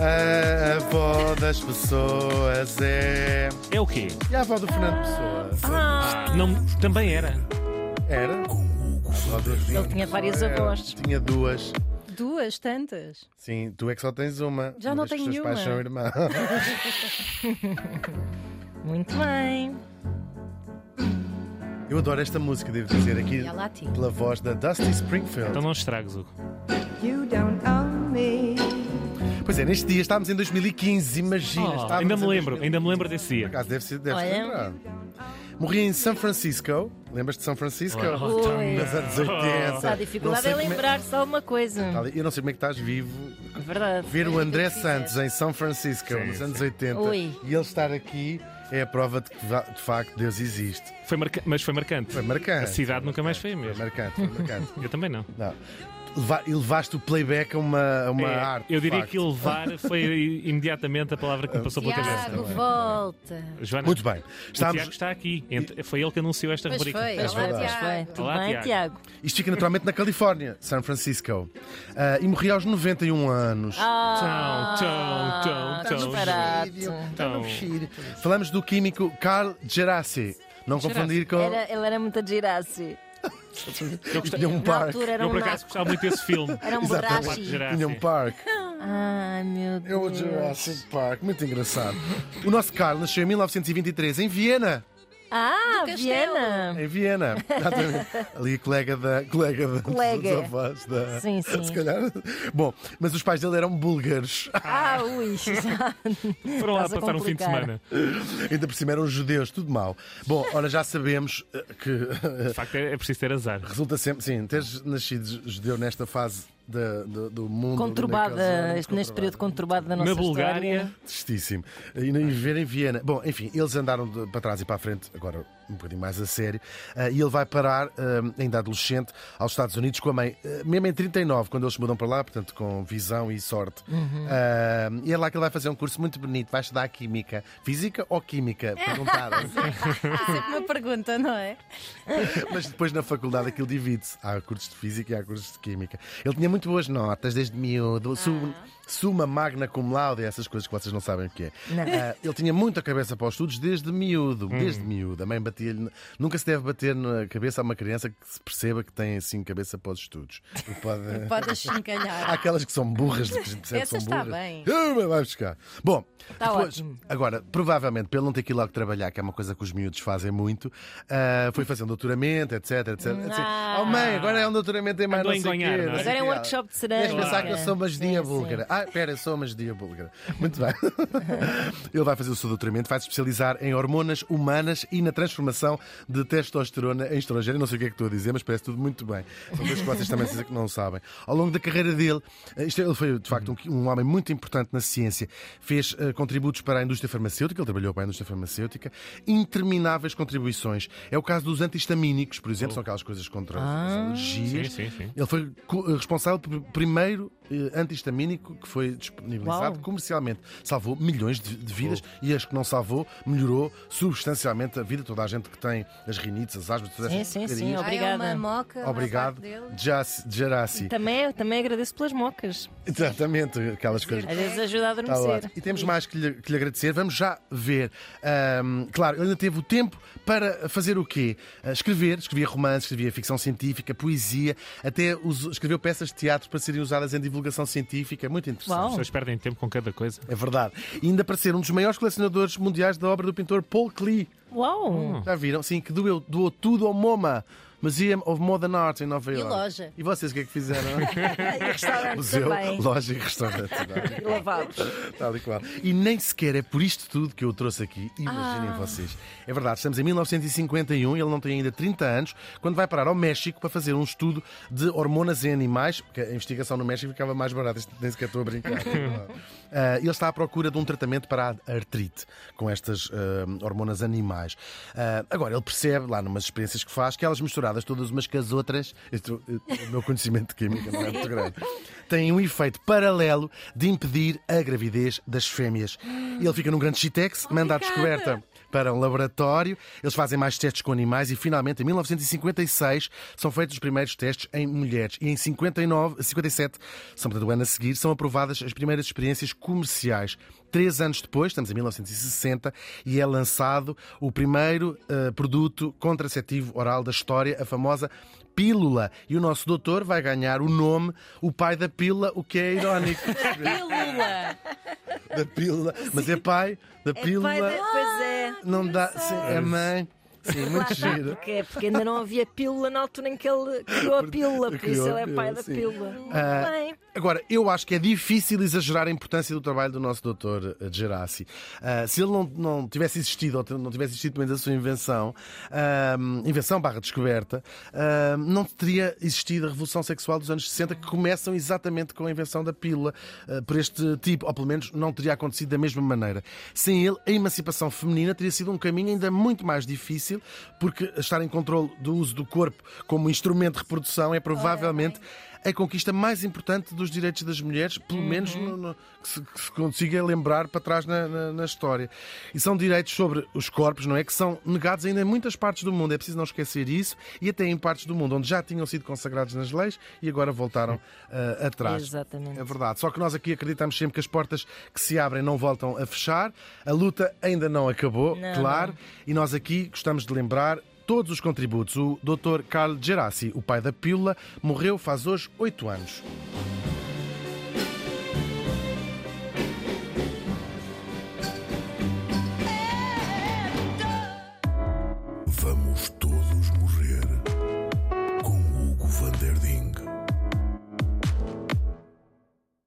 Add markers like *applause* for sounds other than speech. A avó das pessoas é. É o quê? E a avó do Fernando Pessoa? Ah, não, também era. Era? A avó do- Ele tinha várias Era. avós. Tinha duas. Duas, tantas. Sim, tu é que só tens uma. Já uma não vez que tenho os teus pais nenhuma. são irmãos. Muito bem. Eu adoro esta música, devo dizer, aqui E a Lati. pela voz da Dusty Springfield. Então não estragues, Hugo. You don't own me. Pois é, neste dia estávamos em 2015, imagina. Oh, estávamos ainda me em lembro, 2015. ainda me lembro desse dia. Por acaso deve ser, deve Olha. lembrar. Morri em São Francisco. Lembras de São Francisco? Oh, Ui. não. Nos anos 80. Só a Não dificuldade sei é como lembrar só uma coisa. Eu não sei como é que estás vivo. É Verdade. Ver o André Eu quero Santos em São Francisco Sim, nos sim. anos 80 Ui. e ele estar aqui é a prova de que va- de facto Deus existe. Foi marca- Mas foi marcante. Foi marcante. A cidade nunca mais foi a Foi mesma. marcante, foi marcante. *laughs* Eu também não. não. Leva- E levaste o playback a uma, a uma É, arte. eu de diria facto. que elevar foi *laughs* imediatamente a palavra que me passou pela Tiago, cabeça. volta. É Joana, Muito bem. o Tiago Estamos... É está aqui. Ent- Foi ele que anunciou esta Pois rubrica. foi. Pois Olá, foi, pois foi. Tiago. Tudo Olá, bem, Tiago. Tiago? Isto fica naturalmente na Califórnia, São Francisco. Ah, e morri aos 91 anos. Ah, Tchau, tchau, tchau, tchau. tá. disparate. Então, Tá Falamos do químico Carl Gerassi. Não confundir com. Era, ele era muito a girassi. eu, gostava- Tinha um Na parque. altura era eu um por acaso naco. gostava muito desse filme. *laughs* Era um Exatamente. borrachi. Gerassi. Tinha um parque. Ai, meu É o Deus. Jurassic Park, muito engraçado. O nosso Carlos nasceu em 1923, em Viena. Ah, Do Viena. Em Viena. Exatamente. Ali a colega da. Colega da. Colega. dos avós da- Sim, sim. Se calhar. Bom, mas os pais dele eram *laughs* búlgaros. Ah, *laughs* ui. já. Foram lá Estás a passar um fim de complicar. semana. Ainda por cima eram judeus, tudo mal. Bom, ora, já sabemos eh, que. eh, De facto, é, é preciso ter azar. Resulta sempre, sim, teres nascido judeu nesta fase da- do, do mundo. Conturbada, naqueles anos, neste neste período conturbado da nossa Na Bulgária, história. Tristíssimo. E nem viver em Viena. Bom, enfim, eles andaram de- para trás e para a frente, agora um bocadinho mais a sério. Ah, e ele vai parar, ah, ainda adolescente, aos Estados Unidos com a mãe, ah, mesmo em 39, quando eles se mudam para lá, portanto, com visão e sorte. Ah, e é lá que ele vai fazer um curso muito bonito, vai estudar Química. Física ou Química? Perguntaram. Sempre uma pergunta, não é? *laughs* Mas depois na faculdade aquilo divide-se. Há cursos de física e há cursos de química. Ele tinha muito boas notas desde miúdo, su- suma magna cum laude, essas coisas que vocês não sabem o que é. Ah, ele tinha muita cabeça para os estudos desde miúdo, desde miúdo. A mãe batia-lhe. Nunca se deve bater na cabeça a uma criança que se perceba que tem assim cabeça para os estudos. E *laughs* *laughs* pode- Pode Há achincalhar. aquelas que são burras, que a gente percebe que Essa são está burras. bem. Ah, Vai buscar. Bom, Está depois- Tá ótimo. agora, provavelmente, pelo não ter que ir logo trabalhar, que é uma coisa que os miúdos fazem muito, ah, foi fazendo doutoramento, etc, etc. assim, Ah. oh mãe, agora é um doutoramento em mais Andou não sei a enganhar, quê, não é? não sei Agora é um quê. workshop de Deves cerâmica. pensar que eu sou uma judia Sim, sim. búlgara. Ah, pera, eu sou uma judia búlgara. Muito *laughs* bem. Ele vai fazer o seu doutoramento, vai se especializar em hormonas humanas e na transformação de testosterona em estrangeira. Não sei o que é que estou a dizer, mas parece tudo muito bem. São coisas que vocês também que não sabem. Ao longo da carreira dele, eh, isto é, ele foi de facto um, um homem muito importante na ciência. Fez eh, contributos para a indústria farmacêutica, ele trabalhou para a indústria farmacêutica, intermináveis contribuições. É o caso dos antihistamínicos, por exemplo, são aquelas coisas contra as Ah, alergias. Sim, sim, sim. Ele foi co- eh, responsável pelo primeiro eh, antihistamínico que foi disponibilizado Uau. comercialmente. Salvou milhões de, de vidas e as que não salvou melhorou substancialmente a vida de toda a gente que tem as rinites, as asmas, todas Sim, essas sim, sim, porcarias. Ah, ob- é uma Obrigada. moca. uma Obrigado, parte dele. Jass- Gerassi. Também, também agradeço pelas mocas. Exatamente, aquelas coisas. Às vezes ajuda a Tá adormecer. ótimo. e temos mais que lhe, que lhe agradecer. Vamos já ver. Ahm, claro, ele ainda teve o tempo para fazer o quê? Ah, escrever. Escrevia romances, escrevia ficção científica, poesia, até us- escreveu peças de teatro para serem usadas em divulgação científica. Muito interessante. As Uau. pessoas perdem tempo com cada coisa. É verdade. E ainda para ser um dos maiores colecionadores mundiais da obra do pintor Paul Klee. Uau! Já viram? Sim, que doeu, doou tudo ao MoMA. Museum of Modern Art em Nova Iorque. loja. E vocês o que é que fizeram? *laughs* E restaurante Museu, também. loja e restaurante. Não. E lavados. *laughs* Tal e qual. E nem sequer é por isto tudo que eu o trouxe aqui. Imaginem vocês. É verdade, estamos em 1951, ele não tem ainda 30 anos, quando vai parar ao México para fazer um estudo de hormonas em animais, porque a investigação no México ficava mais barata, isto nem sequer estou a brincar. É Ah, ele está à procura de um tratamento para a artrite, com estas ah, hormonas animais. Ah, agora, ele percebe, lá numas experiências que faz, que elas misturadas todas umas com as outras, isto, eh, o meu conhecimento de química não é muito grande tem um efeito paralelo de impedir a gravidez das fêmeas. Ele fica num grande chitex, manda à descoberta para um laboratório. Eles fazem mais testes com animais e finalmente, em 1956, são feitos os primeiros testes em mulheres. E em 59, 57, são portanto, o ano a seguir, são aprovadas as primeiras experiências comerciais. Três anos depois, estamos em 1960, e é lançado o primeiro eh, produto contraceptivo oral da história, a famosa pílula. E o nosso doutor vai ganhar o nome, o pai da pílula, o que é irónico. Pílula. da pílula. Mas é pai da pílula. Pai, Pois é. Não dá. Sim, é mãe. Sim, muito giro. Porque, porque ainda não havia pílula na altura em que ele criou a pílula, por Criou isso a ele é pílula, pai da sim. pílula. Ah, Bem, Agora, eu acho que é difícil exagerar a importância do trabalho do nosso doutor Gerassi. Ah, se ele não, não tivesse existido, ou te- não tivesse existido menos a sua invenção, ah, invenção barra descoberta, ah, não teria existido a Revolução Sexual dos anos 60, que começam exatamente com a invenção da pílula ah, por este tipo, ou pelo menos não teria acontecido da mesma maneira. Sem ele, a emancipação feminina teria sido um caminho ainda muito mais difícil, porque estar em controle do uso do corpo como instrumento de reprodução é provavelmente a conquista mais importante dos direitos das mulheres, pelo menos no- no- que, se, que se consiga lembrar para trás na, na- na história. E são direitos sobre os corpos, não é? Que são negados ainda em muitas partes do mundo, é preciso não esquecer isso, e até em partes do mundo onde já tinham sido consagrados nas leis e agora voltaram ah, atrás. Exatamente. É verdade. Só que nós aqui acreditamos sempre que as portas que se abrem não voltam a fechar. A luta ainda não acabou, Não, claro. E nós aqui gostamos de lembrar todos os contributos. O Dr. Carl Gerassi, o pai da pílula, morreu faz hoje oito anos.